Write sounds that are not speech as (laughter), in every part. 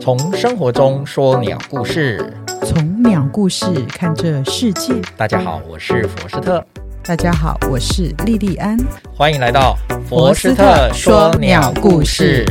从生活中说鸟故事。从鸟故事看这世界。大家好，我是佛斯特，大家好，我是莉莉安。欢迎来到佛斯特说鸟故事。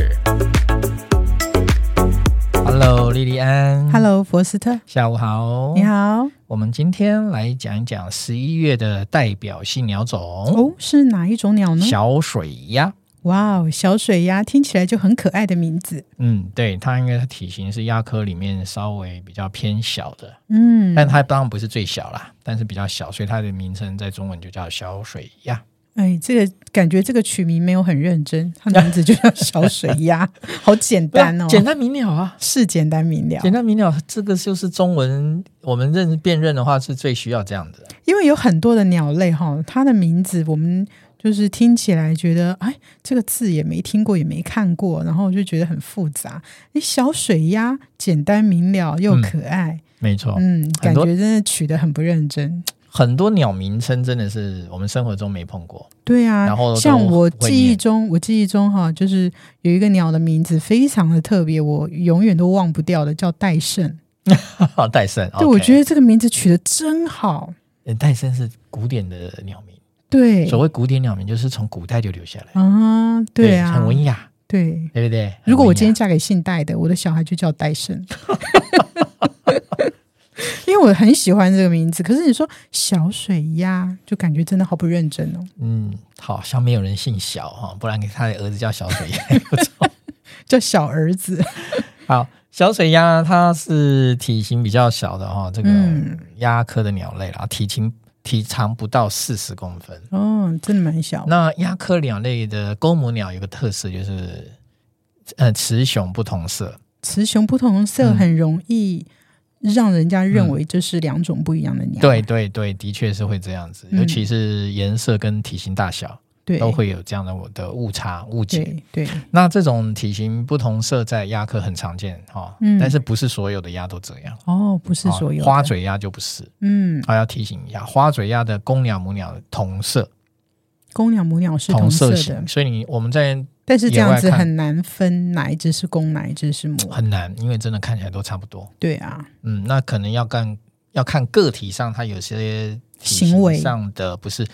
Hello，莉莉安。 Hello，佛斯特，下午好。你。好。我们今天来讲一讲十一月的代表性鸟种哦，嗯是哪一种——鸟呢？小水鸭。哇哦，小水鸭听起来就很可爱的名字。嗯，对，它应该体型是鸭科里面稍微比较偏小的，嗯，但它当然不是最小啦，但是比较小，所以它的名称在中文就叫小水鸭。哎，这个感觉这个取名没有很认真，它名字就叫小水 (laughs) 鸭，好简单哦，简单明了啊，是简单明了简。单明了，这个就是中文我们认辨认的话是最需要这样子。因为有很多的鸟类哈，它的名字我们就是听起来觉得，哎，这个字也没听过，也没看过，然后就觉得很复杂。哎，小水鸭简单明了又可爱，没错，嗯，很感多觉真的取得很不认真。很多鸟名称真的是我们生活中没碰过。 (laughs) 对啊，然后都像我会记忆念中，我记忆中哈，就是有一个鸟的名字非常的特别，我永远都忘不掉的，叫戴胜。戴森，对，我觉得得这个名字取得真好。戴森是古典的鸟名。对所谓古典鸟名，就是从古代就留下来，啊，对啊，很文雅，对。对不对？如果我今很天文雅嫁给姓戴的，我的小孩就叫戴胜， (laughs) 因为我很喜欢这个名字。可是你说小水鸭，就感觉真的好不认真哦，嗯，好像没有人姓小哈，不然给他的儿子叫小 (laughs) 水鸭。叫小儿子。好，小水鸭它是体型比较小的哈，这个嗯鸭科的鸟类啦，体型体长不到四十公分。哦，真的蛮小。那鸭科鸟类的公母鸟有个特色就是，呃，雌雄不同色。雌雄不同色，嗯很容易让人家认为这是两种不一样的鸟。对对对，的确是会这样子，嗯尤其是颜色跟体型大小对，都会有这样的我的误差误解。对对，那这种体型不同色在鸭科很常见哈、哦嗯但是不是所有的鸭都这样，哦，不是哦所有的花，嘴鸭就不是。嗯，啊，要提醒一下，花嘴鸭的公鸟母鸟同色，公鸟母鸟是同同色色的型，，所以你我们在但是这样子野外看很难分哪一只是公，哪一只是母。很难，因为真的看起来都差不多。对啊，嗯，那可能要看要看个体上，它有些体行为型上的不是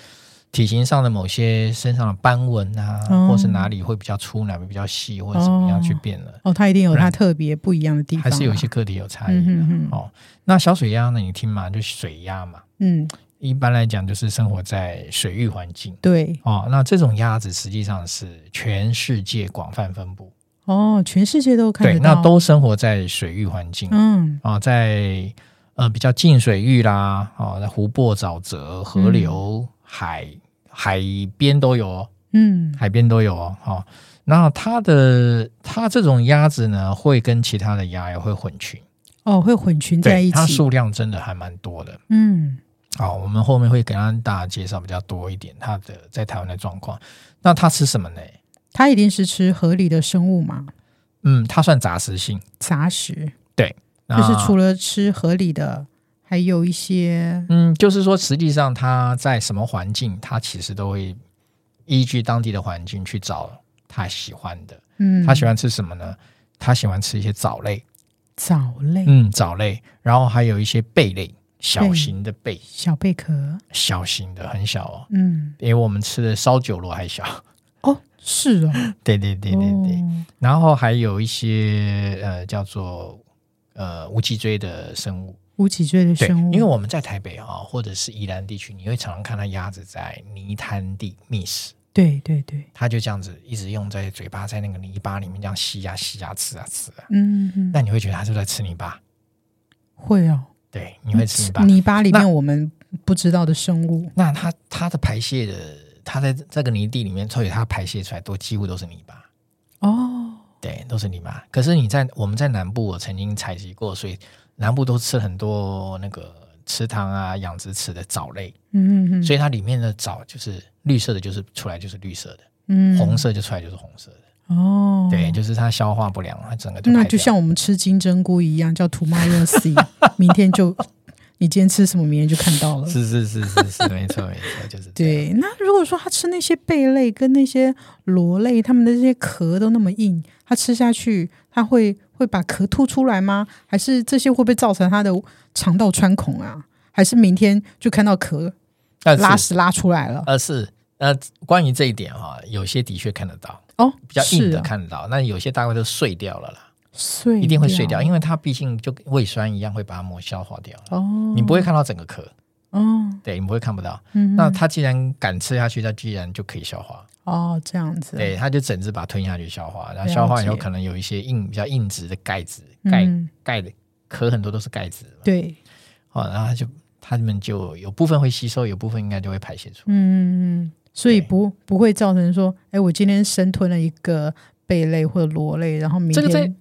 体型上的某些身上的斑纹啊，哦或是哪里会比较粗，哪里比较细，或者怎么样去变了，哦，它一定有不然它特别不一样的地方还啦，是有一些个体有差异嗯的。哼哼哦，那小水鸭呢？你听嘛，就是水鸭嘛，嗯，一般来讲就是生活在水域环境。对，哦，那这种鸭子实际上是全世界广泛分布，哦，全世界都看对，得那到，都生活在水域环境，嗯啊，在呃比较近水域啦，啊，在湖泊、沼泽、河嗯流、海海边都有哦，嗯海边都有哦。哦那它的它这种鸭子呢，会跟其他的鸭也会混群，哦，会混群在对，一它起，数量真的还蛮多的。嗯好，我们后面会给大家介绍比较多一点它的在台湾的状况。那它吃什么呢？它一定是吃河里的生物嘛，嗯，它算杂食性，杂食，那就是除了吃河里的，还有一些嗯，就是说，实际上它在什么环境，它其实都会依据当地的环境去找它喜欢的。嗯，它喜欢吃什么呢？它喜欢吃一些藻类，藻类、嗯，藻类，然后还有一些贝类，小型的贝，小贝壳，小型的很小哦，嗯，比我们吃的烧酒螺还小。 (laughs) 哦，是哦，对对对对对，哦然后还有一些呃叫做呃无脊椎的生物，无脊椎的对，生物，因为我们在台北啊、或者是宜兰地区，你会常常看到鸭子在泥滩地觅食。对对对，它就这样子一直用在嘴巴在那个泥巴里面这样吸呀、吸呀、吃啊吃啊，嗯，嗯那你会觉得它是不是在吃泥巴？会哦，对，你会吃泥巴。嗯泥巴里那面我们不知道的生物，那它它的排泄的，它在这个泥地里面，所以它排泄出来都几乎都是泥巴，哦，对，都是泥巴。可是你在我们在南部，我曾经采集过，所以南部都吃很多那个池塘啊、养殖池的藻类，嗯嗯嗯，所以它里面的藻就是绿色的，就是出来就是绿色的，嗯红色就出来就是红色的，哦，对，就是它消化不良，它整个就那排就掉 (laughs) 像我们吃金针菇一样，叫 tomorrow s 明天就你今天吃什么，明天就看到了。是是是是是，没错没错，就是这样。对，那如果说他吃那些贝类跟那些螺类，它们的这些壳都那么硬，它吃下去，它会会把壳吐出来吗？还是这些会不会造成它的肠道穿孔啊？还是明天就看到壳但是拉屎拉出来了？呃是呃，关于这一点哈、有些的确看得到，哦，呃比较硬是的啊，看得到，那有些大概都碎掉了啦，碎一定会碎掉，因为为它毕竟就跟胃酸一样会把它磨消化掉了，哦，你不会看到整个壳，哦，对，你不会看不到。嗯哼，那它既然敢吃下去，它既然就可以消化，哦这样子，对，它就整只把它吞下去消化，然了后消化以后解可能有一些硬比较硬质的钙质，钙嗯，钙的壳很多都是钙质嘛，对，哦，然后它就它们就有部分会吸收，有部分应该就会排泄出来。嗯嗯嗯，所以对不不会造成说，哎，我今天生吞了一个贝类或者螺类，然后明这个在天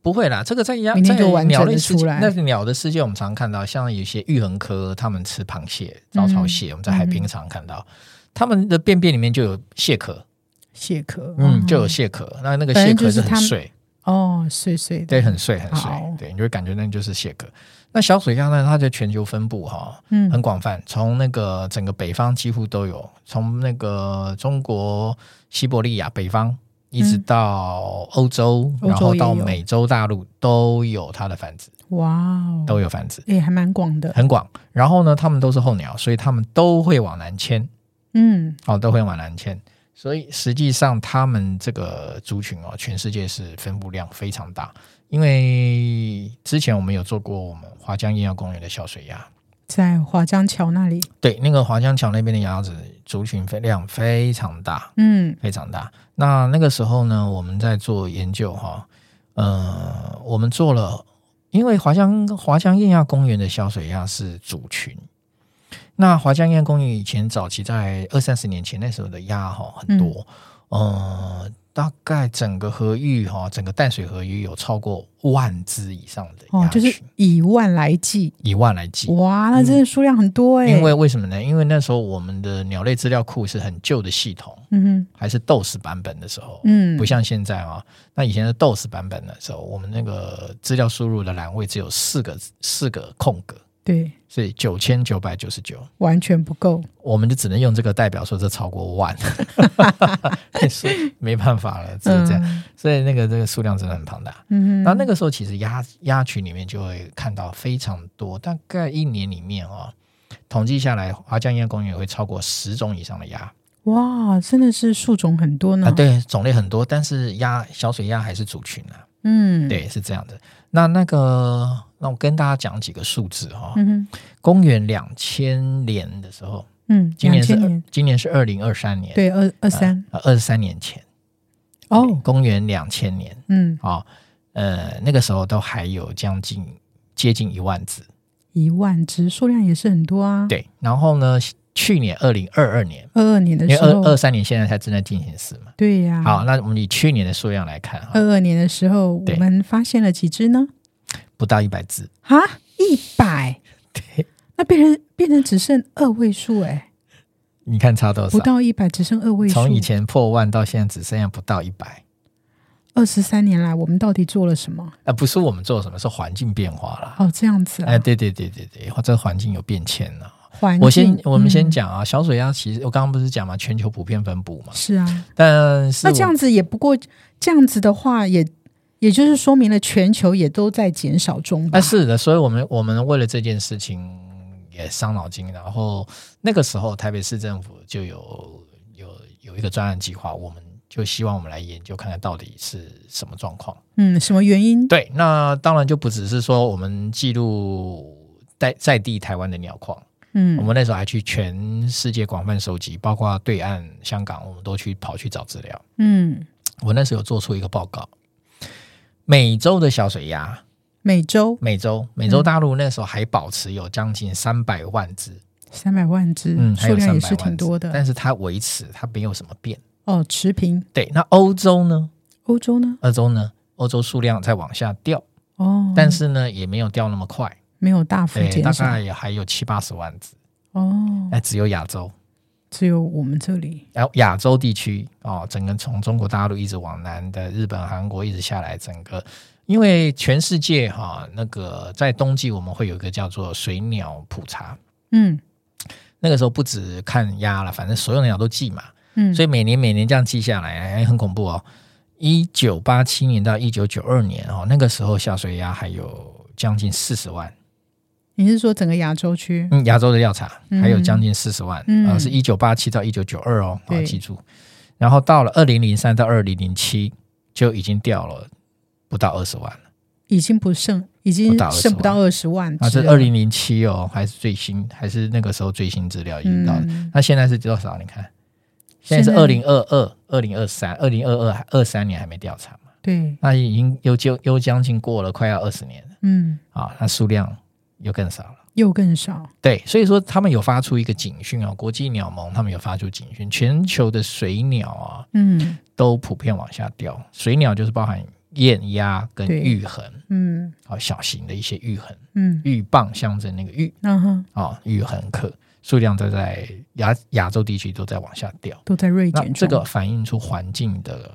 不会啦，这个在鸭明天在就完整鸟类地世界出来那是鸟的世界我们常看到，像有些玉衡科，它们吃螃蟹、招潮嗯蟹，我们在海边常看到，它们的便便里面就有蟹壳，蟹壳，嗯，哦就有蟹壳。那那个反蟹正壳就是是很它们碎，哦，碎碎的，对，很碎很碎好，对，你就会感觉那就是蟹壳。那小水鸭呢，它在全球分布哈、嗯，很广泛，从那个整个北方几乎都有，从那个中国西伯利亚北方一直嗯到欧洲，欧然洲后也到有美洲大陆都有它的繁殖，哇哦，都有繁殖，哎，还蛮广的，很广。然后呢，它们都是候鸟，所以它们都会往南迁，嗯，哦，都会往南迁。所以实际上，它们这个族群哦，全世界是分布量非常大。因为之前我们有做过我们华江燕药公园的小水鸭，在华江桥那里，对，那个华江桥那边的鸭子族群非量非常大，嗯非常大。那那个时候呢，我们在做研究哈，呃，我们做了，因为华江华江雁鸭公园的小水鸭是主群。那华江雁鸭公园以前早期在二三十年前那时候的鸭哈很多，嗯呃，大概整个河域哈，整个淡水河域有超过万只以上的哦鸭，就群，是以万来计，一万来计。哇，那真的数量很多哎、因为为什么呢？因为那时候我们的鸟类资料库是很旧的系统，嗯还是 DOS 版本的时候哼，，嗯，不像现在啊、那以前的 DOS 版本的时候，我们那个资料输入的栏位只有四个四个空格，对，所以九千九百九十九，完全不够，我们就只能用这个代表说这超过万， (laughs) 所以没办法了，只有这样。嗯所以那个这个数量真的很庞大。嗯哼，那那个时候其实鸭鸭群里面就会看到非常多，大概一年里面啊、统计下来，华江雁公园会超过十种以上的鸭哇，真的是数种很多呢，啊，，对，种类很多，但是鸭小水鸭还是主群啊，嗯，，对，是这样的。那那个，那我跟大家讲几个数字哈、嗯哼，公元两千年的时候，嗯，今年是2000二今年是二零二三年，对，二二三，呃，二十三年前哦，公元两千年嗯，啊、呃，那个时候都还有将近接近一万只。一万只，数量也是很多啊，，对，然后呢，去年二零二二年，二二年的因为时二候，嗯二三年现在才正在进行时嘛。对呀、好，那我们以去年的数量来看哈二，二年的时候，我对们发现了几只呢？不到一百只。啊，一百，对，那变成变成只剩二位数哎、你看差多不少？到一百，只剩二位数。从以前破万到现在只剩下不到一百。二十三年来，我们到底做了什么？呃，不是我们做什么，是环境变化啦。哦，这样子啊，哎，对对对对对，这环境有变迁了。环境我先，我们先嗯讲啊，小水鸭其实我刚刚不是讲嘛，全球普遍分布嘛，是啊，但是那我这样子也不过这样子的话也，也就是说明了全球也都在减少中吧？啊，是的，所以我们我们为了这件事情也伤脑筋，啊然后那个时候台北市政府就有有有一个专案计划，我们就希望我们来研究看看到底是什么状况。嗯，什么原因？对，那当然就不只是说我们记录在在地台湾的鸟况，我嗯们那时候还去全世界广泛收集，包括对岸、香港，我们都去跑去找资料。嗯，我那时候有做出一个报告，美洲的小水鸭，每周美洲美洲大陆那时候还保持有将近三百万只，三百万只，嗯，还数有量也300是万挺只多的。但是它维持它没有什么变。哦，持平。对，那欧洲呢？欧洲呢？欧洲呢？欧洲数量在往下掉，哦，但是呢，也没有掉那么快，没有大幅对，减大哎少。概也还有七八十万只。哦，哎，只有亚洲，只有我们这里，然后哎亚洲地区哦，整个从中国大陆一直往南的日本、韩国一直下来，整个因为全世界哈、那个在冬季我们会有一个叫做水鸟普查，嗯那个时候不止看鸭了，反正所有的鸟都记嘛，嗯，所以以每年每年这样记下来，哎，很恐怖哦。一九八七年到一九九二年哦，那个时候下水鸭还有将近四十万，你是说整个亚洲区？嗯，亚洲的调查嗯还有将近四十万，嗯呃，是一九八七到一九九二哦，啊，对记住。然后到了二零零三到二零零七，就已经掉了不到二十万了。已经不剩，已不经到20剩不到二十万啊，只了。这二零零七哦，还是最新，还是那个时候最新资料已经到了。嗯，那现在是多少？你看，现在是现二在零二二、二零二三、二零二二、二三年还没调查嘛？对，那已经又就又将近过了快要二十年了嗯，啊，那数量又更少了。又更少，对，所以说他们有发出一个警讯啊、国际鸟盟他们有发出警讯，全球的水鸟啊嗯都普遍往下掉，水鸟就是包含雁鸭跟对鹬鸻，嗯好、小型的一些鹬鸻，嗯，鹬蚌象征那个鹬那哈啊，鹬鸻科数量都在亚亚洲地区都在往下掉，都在锐减那中。这个反映出环境的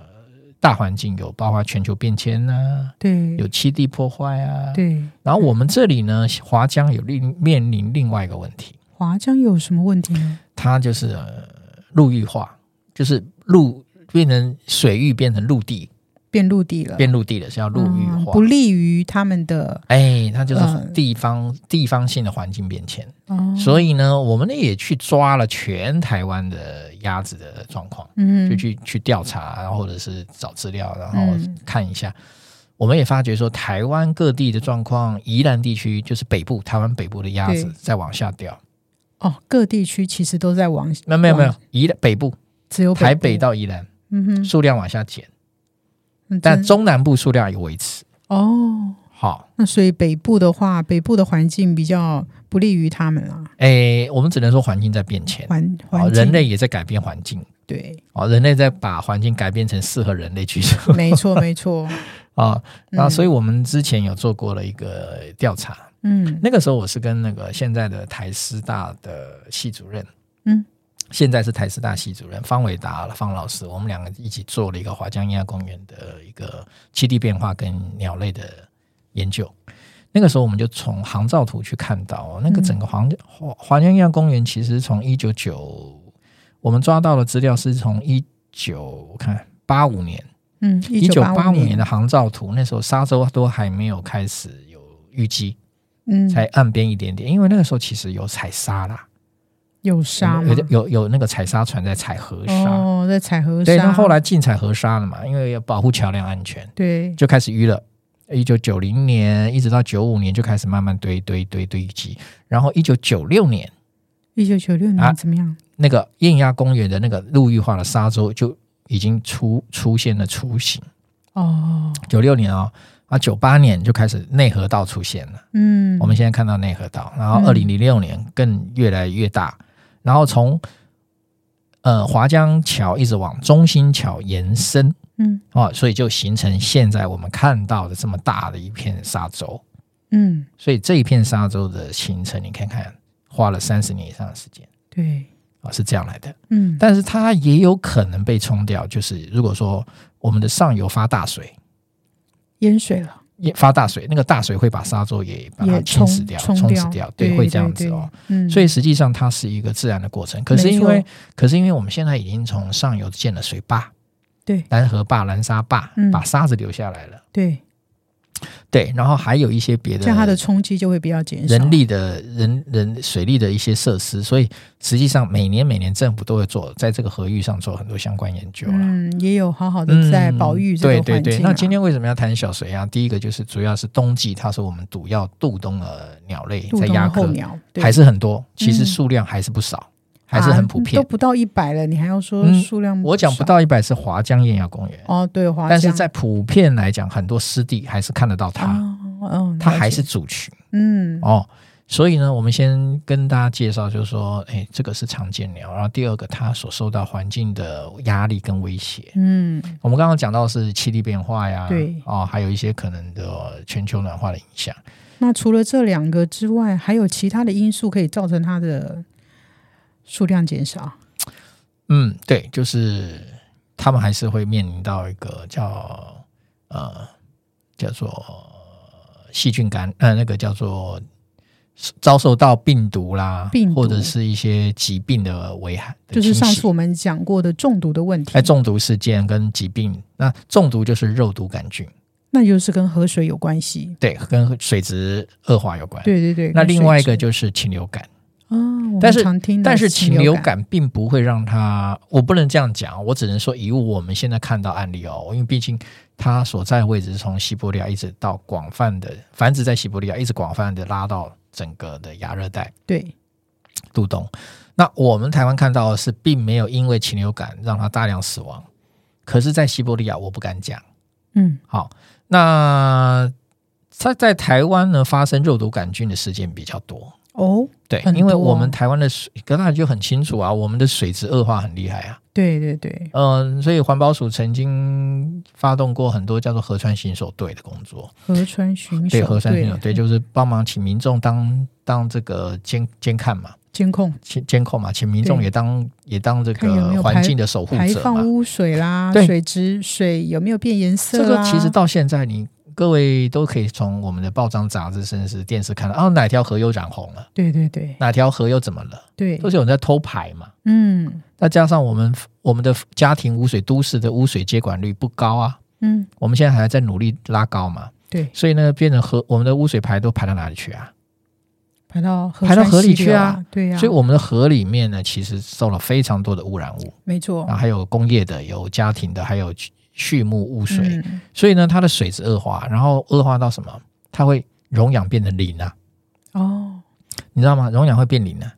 大环境有包括全球变迁啊，对有栖地破坏啊，对，然后我们这里呢，华江有另面临另外一个问题，华江有什么问题呢？它就是、呃、陆域化，就是陆变成水域变成陆地，变陆地了，变陆地了是要陆域嗯化，不利于他们的哎，它就是嗯地方、地方性的环境变迁，哦，所以呢，我们呢也去抓了全台湾的鸭子的状况，嗯就去去调查，然后或者是找资料，然后嗯看一下。我们也发觉说，台湾各地的状况，宜兰地区就是北部，台湾北部的鸭子对在往下掉。哦，各地区其实都在往没有没有没有往，宜兰北部、只有台北北部到宜兰嗯哼数量往下减，嗯，但真中南部数量也维持。哦，好，那所以北部的话，北部的环境比较不利于他们啦，诶，我们只能说环境在变迁，环好，环哦境人类也在改变环境，对，哦，人类在把环境改变成适合人类居住 (laughs) 没错没错，啊。那嗯所以我们之前有做过了一个调查，嗯那个时候我是跟那个现在的台师大的系主任，嗯，现在是台师大系主任方伟达方老师，我们两个一起做了一个华江堰亚公园的一个栖地变化跟鸟类的研究。那个时候我们就从航照图去看到哦，那个整个黄华华江堰亚公园其实从一九九，我们抓到的资料是从一九我看八五年嗯，一一九八八五年年的航照图，那时候沙洲都还没有开始有淤积，嗯才岸边一点点，因为那个时候其实有采沙啦，有沙吗有？有有那个采沙船在采河沙，哦，在采河对，沙，那后来禁采河沙了嘛，因为要保护桥梁安全，对就开始淤了。一九九零年一直到九五年就开始慢慢堆堆堆堆积，然后一九九六年一九九六啊年怎么样？那个燕鸭公园的那个陆域化的沙洲就已经出出现了雏形，哦，九六年哦。啊，九八年就开始内河道出现了，嗯，我们现在看到内河道，然后二嗯零零六年更越来越大，然后从呃华江桥一直往中心桥延伸嗯啊、所以就形成现在我们看到的这么大的一片沙洲。嗯，所以这一片沙洲的形成，你看看花了三十年以上的时间对，啊、是这样来的。嗯但是它也有可能被冲掉，就是如果说我们的上游发大水，淹水了，也发大水，那个大水会把沙洲也把它也侵冲蚀掉、冲冲掉蚀掉，对，会这样子哦。，对嗯，所以实际上它是一个自然的过程。可是没因错为，可是因为我们现在已经从上游建了水坝，对南河坝、南沙坝，嗯把沙子留下来了。对，对，然后还有一些别这样它的的冲击就会比较减少，人力的人人水利的一些设施，所以实际上每年每年政府都会做在这个河域上做很多相关研究啦。嗯，也有好好的在保育这个对环境、对啊对，那今天为什么要谈小水鸭？第一个就是主要是冬季，它是我们主要渡冬的鸟类，杜在东鸭的候科鸟对还是很多，其实嗯数量还是不少，还是很普遍啊、都。不到一百了，你还要说嗯数量、我讲不到一百是华江堰亚公园，哦，对，华但是江在普遍来讲，很多湿地还是看得到它，啊，嗯，它了还解是主群嗯哦。所以呢，我们先跟大家介绍，就是说，哎，这个是常见鸟，然后第二个，它所受到环境的压力跟威胁。嗯我们刚刚讲到是气力变化呀，对哦，还有一些可能的全球暖化的影响。那除了这两个之外，还有其他的因素可以造成它的数量减少。嗯，对，就是他们还是会面临到一个叫呃叫做细菌感呃那个叫做遭受到病毒啦，病毒或者是一些疾病的危害的就侵袭，是上次我们讲过的中毒的问题哎，中毒事件跟疾病，那中毒就是肉毒杆菌，那就是跟河水有关系。对，跟水质恶化有关。对对对，哎那跟另水外一质个就是禽流感。啊，我但们是常听到但是禽禽流感，感并不会让它，我不能这样讲，我只能说以我们现在看到案例哦，因为毕竟它所在位置是从西伯利亚一直到广泛的繁殖在西伯利亚，一直广泛的拉到整个的亚热带对度冬。那我们台湾看到的是，并没有因为禽流感让它大量死亡，可是，在西伯利亚我不敢讲。嗯好，那它在台湾呢发生肉毒杆菌的事件比较多。哦，对很，因为多我哦们台湾的水，跟大家就很清楚啊，我们的水质恶化很厉害啊。对对对，嗯，所以环保署曾经发动过很多叫做河川巡守队的工作，河川巡对守河川巡守对队就是帮忙请民众当当这个监监看嘛，监控监监控嘛，请民众对也当也当这看有没个有环排境的守护排者嘛放。污水啦，对水质水有没有变颜色啊这个啦其实到现在你各位都可以从我们的报章、杂志，甚至是电视看到，啊，哪条河又染红了，对对对哪条河又怎么了，对都，是有人在偷排嘛。嗯再加上我们我们的家庭污水、都市的污水接管率不高啊，嗯我们现在还在努力拉高嘛，对，所以呢，变成河我们的污水排都排到哪里去啊？排到河排到川河溪里去流啊啊，对呀，所以我们的河里面呢，其实受了非常多的污染物，没错啊，，还有工业的，有家庭的，还有畜畜牧污水，嗯所以呢，它的水质恶化，然后恶化到什么？它会溶氧变成磷啊，哦。你知道吗？溶氧会变磷啊，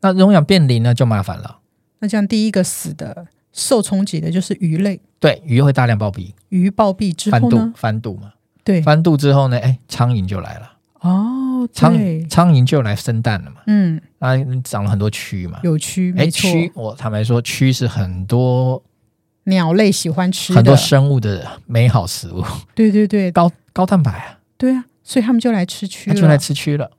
那溶氧变磷呢就麻烦了，那这样第一个死的受冲击的就是鱼类，对，鱼会大量暴毙，鱼暴毙之翻后肚呢，翻肚嘛，对翻肚之后呢，哎，苍蝇就来了。哦，苍对，苍蝇就来生蛋了嘛，嗯，啊，长了很多蛆嘛。有蛆，哎，没错，蛆，我坦白说，蛆是很多鸟类喜欢吃的，很多生物的美好食物，对对对高高蛋白啊，对啊，所以他们就来吃蛆它了，就来吃蛆了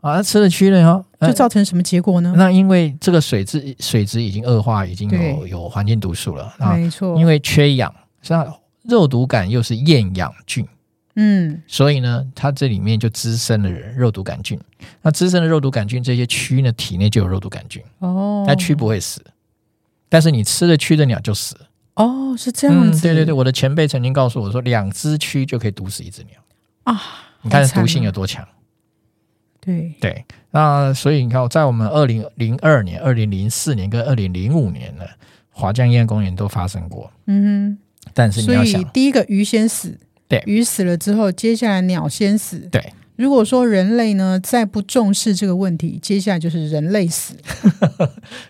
啊，吃了蛆了以后，呃就造成什么结果呢？那因为这个水质水质已经恶化，已经有对有环境毒素了啊，没错，因为为缺氧，像肉毒杆又是厌氧菌，嗯，所以呢，它这里面就滋生了肉毒杆菌。那滋生了肉毒杆菌，这些蛆呢，体内就有肉毒杆菌。哦，那蛆不会死，但是你吃了蛆的鸟就死。嗯哦是这样子，对对对，我的前辈曾经告诉我说，两只蛆就可以毒死一只鸟。啊，你看好惨毒性啊有多强？对，对，那所以你看，在我们二零零二年、二零零四年跟二零零五年呢，华江堰公园都发生过。嗯但哼，是你所要以想，第一个鱼先死，对鱼死了之后，接下来鸟先死，对。如果说人类呢再不重视这个问题，接下来就是人类死。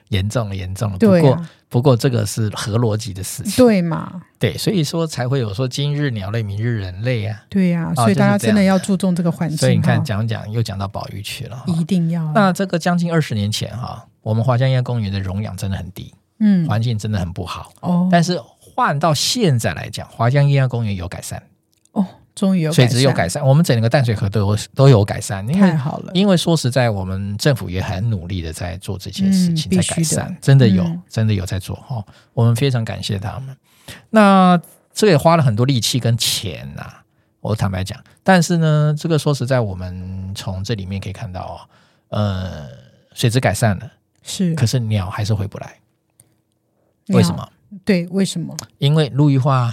严重了，严哦重了。不对、过，啊，不过这个是合逻辑的事情。对嘛，对，所以说才会有说今日鸟类，明日人类啊。对呀、所以大家真的要注重这个环境。所以你看，哈讲嗯讲又讲到保育去了哈。一定要。那这个将近二十年前哈、我们华江堰公园的溶氧真的很低，嗯，环境真的很不好。哦啊但是换到现在来讲，华江堰公园有改善，哦，终于有水质有改改善，我们整个淡水河都有都有改善，善，因太为。好了。因为说实在，我们政府也很努力的在做这些事情，在嗯必须的改善，真的有，嗯真的有在做哈、哦。我们非常感谢他们。那这也花了很多力气跟钱呐、我坦白讲。但是呢，这个说实在，我们从这里面可以看到哦，呃，水质改善了，是可是鸟还是回不来，为什？么？你好对，为什么？因为陆域化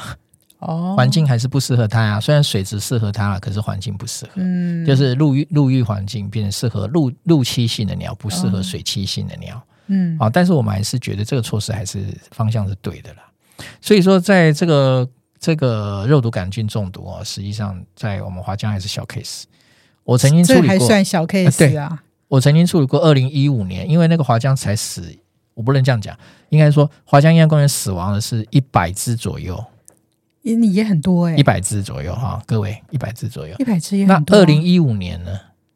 哦，环境还是不适合它呀、啊虽然水质适合它了，可是环境不适合。嗯，就是陆域陆域环境变成适合陆陆栖性的鸟，不适合哦水栖性的鸟。嗯，啊，但是我们还是觉得这个措施还是方向是对的啦。所以说，在这个这个肉毒杆菌中毒哦，实际上在我们华江还是小 case。我曾经处这理还过，(laughs) 算小 case 啊。我曾经处理过二零一五年，因为那个华江才死，我不能这样讲，应该说华江堰公园死亡的是一百只左右，也你也很多哎、一百只左右哈、各位一百只左右。一百只也那很多啊、二零一五年呢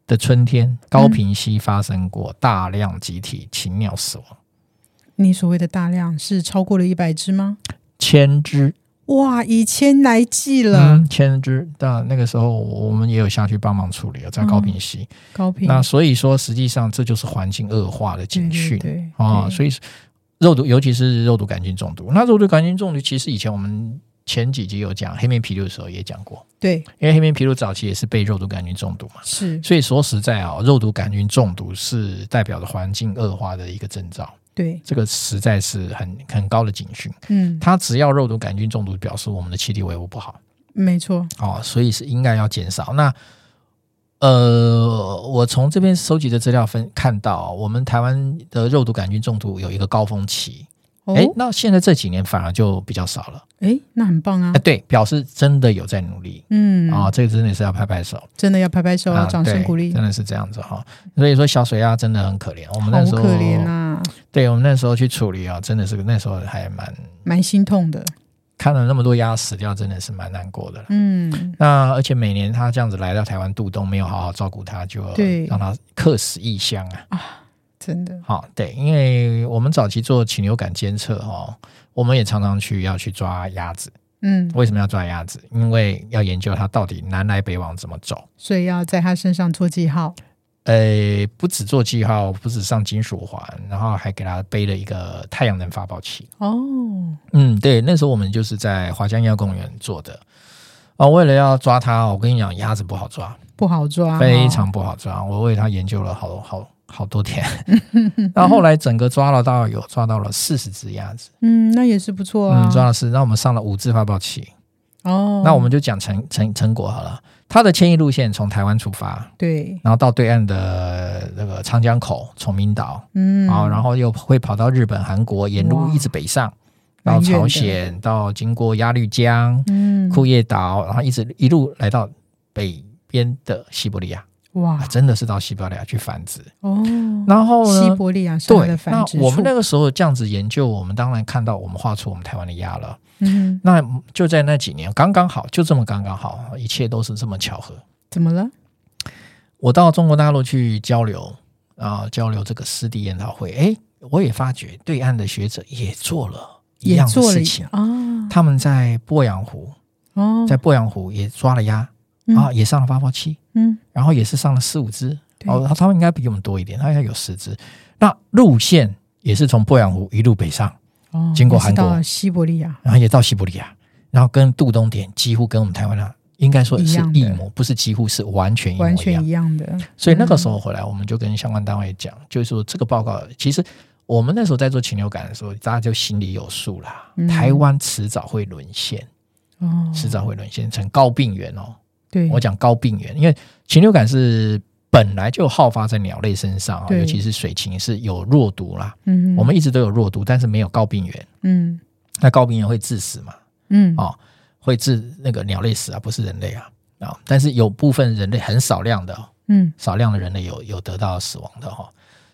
的春天，高平溪发生过大量集体禽鸟死亡，你所谓的大量是超过了一百只吗？千只哇，以千来计了，嗯，千只，但那个时候我们也有下去帮忙处理了，在高平溪。高频那所以说，实际上这就是环境恶化的对警讯对对啊、对所以肉毒，尤其是肉毒杆菌中毒。那肉毒杆菌中毒，其实以前我们前几集有讲黑面琵鹭的时候也讲过，对，因为黑面琵鹭早期也是被肉毒杆菌中毒嘛。是，所以说实在啊、肉毒杆菌中毒是代表着环境恶化的一个征兆，对，这个实在是很很高的警讯。嗯，它只要肉毒杆菌中毒，表示我们的气体维护不好没错，哦，所以是应该要减少。那呃，我从这边收集的资料分看到，我们台湾的肉毒杆菌中毒有一个高峰期，哦，诶，那现在这几年反而就比较少了。哎，那很棒啊哎、，对，表示真的有在努力啊、嗯，这个真的是要拍拍手。真的要拍拍手啊，啊，掌声对鼓励，真的是这样子哈、所以说小水鸭真的很可怜，我们好那时候，可怜啊，对我们那时候去处理啊，真的是那时候还蛮蛮心痛的，看了那么多鸭死掉，真的是蛮难过的了。嗯，那而且每年它这样子来到台湾渡冬，没有好好照顾它，就对嗯让它客死异乡啊。真的，好、对，因为我们早期做禽流感监测哦，我们也常常去要去抓鸭子。嗯，为什么要抓鸭子？因为要研究它到底南来北往怎么走。所以要在他身上做记号，呃，不止做记号，不止上金属环，然后还给它背了一个太阳能发报器。哦，嗯，对，那时候我们就是在华江鸭公园做的。啊、为了要抓它，我跟你讲，鸭子不好抓，不好抓，啊非，常不好抓。我为它研究了好好好多天，那后来整个抓了到有抓到了四十只鸭子，嗯，那也是不错啊嗯，，抓了四。那我们上了五只发报器，哦，那我们就讲成成成果好了。它的迁移路线从台湾出发，对，然后到对岸的那个长江口、崇明岛，嗯，啊、然后又会跑到日本、韩国，沿路哇一直北上，蛮到远朝的鲜，到经过鸭绿江、嗯，库页岛，然后一直一路来到北边的西伯利亚，啊哇，真的是到西伯利亚去繁殖。哦，然后西呢？伯利亚山啊的对，繁那殖我们处那个时候这样子研究，我们当然看到我们画出我们台湾的鸭了。嗯哼，那就在那几年，刚刚好，就这么刚刚好，一切都是这么巧合。怎么了？我到中国大陆去交流啊、交流这个湿地研讨会，哎，我也发觉对岸的学者也做了一也样的做了事一情。啊，他们在鄱阳湖，哦，在鄱阳湖也抓了鸭、嗯啊，也上了发泡器，嗯，然后也是上了四五只，对哦，他们应该比我们多一点，他应该有十只。那路线也是从鄱阳湖一路北上，哦，经过也是韩国到了西伯利亚，然后也到西伯利亚，然后跟渡冬点几乎跟我们台湾的应该说一是样的一模，不是几乎是完全一模完一样全。一样的，所以那个时候回来，我们就跟相关单位讲，就是说这个报告，其实我们那时候在做禽流感的时候，大家就心里有数啦嗯。台湾迟早会沦陷，哦，迟早会沦陷成高病源哦。对，我讲高病源，因为禽流感是本来就好发在鸟类身上啊、对尤其是水禽是有弱毒啦。嗯哼，我们一直都有弱毒，但是没有高病源。嗯那高病源会致死嘛？嗯，哦，会致那个鸟类死啊，不是人类啊啊、但是有部分人类很少量的、哦，嗯少量的人类有有得到死亡的哈、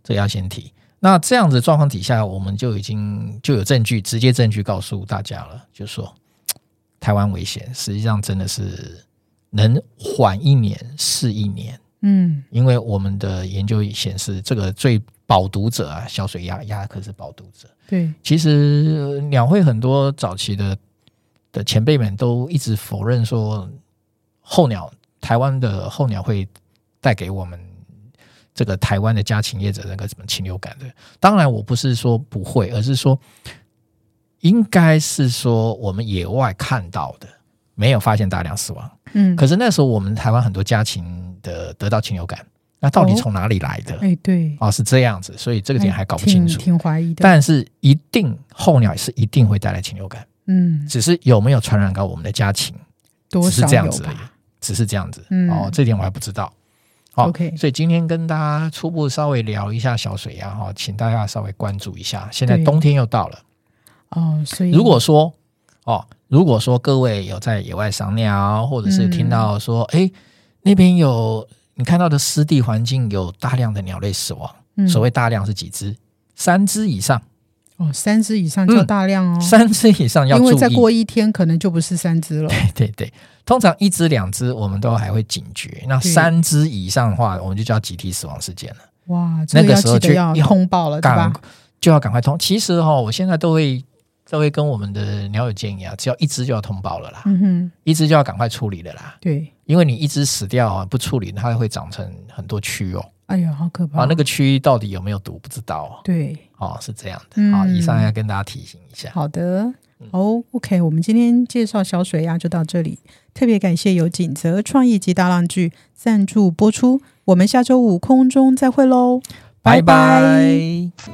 这个要先提。那这样子状况底下，我们就已经就有证据，直接证据告诉大家了，就说嘖台湾危险，实际上真的是能缓一年是一年，嗯，因为我们的研究显示，这个最饱读者啊，小水鸭鸭可是饱读者。对，其实呃鸟会很多早期的的前辈们都一直否认说，候鸟台湾的候鸟会带给我们这个台湾的呃家禽业者那个什么禽流感的。当然，我不是说不会，而是说应该是说我们野外看到的没有发现大量死亡。嗯，可是那时候我们台湾很多家禽的得到禽流感，那到底哦从哪里来的？哎，对，哦，是这样子，所以这这个点还搞不清楚。挺怀疑的，但是一定候鸟是一定会带来禽流感，嗯，只是有没有传染到我们的家禽，多只是少这样有子而已吧，，只是这样子。嗯哦，这点我还不知道。哦 OK 所以今天跟大家初步稍微聊一下小水鸭哈、哦，请大家稍微关注一下。现在对冬天又到了，哦，所以如果说哦，如果说各位有在野外赏鸟，或者是嗯听到说哎、诶那边有你看到的湿地环境有大量的鸟类死亡，嗯所谓大量是几只？三只以上，哦三只以上叫嗯大量哦，三只以上要因注为意。再过一天可能就不是三只了，对对，通常一只两只我们都还会警觉，那对三只以上的话，我们就叫集体死亡事件了，哇，这那个要时候记得就要要通报了，对赶吧？就要赶快通。其实哈、哦，我现在都会都会跟我们的鸟友建议啊，只要一只就要通报了啦，嗯哼，一只就要赶快处理了啦，对，因为你一只死掉啊，不处理它会长成很多蛆哦，哎呀，好可怕啊，那个蛆到底有没有毒不知道哦。对，哦，是这样的。嗯好、以上要跟大家提醒一下。好的，好，OK，我们今天介绍小水鸭就到这里，特别感谢由锦泽创意及大浪剧赞助播出，我们下周五空中再会喽，拜拜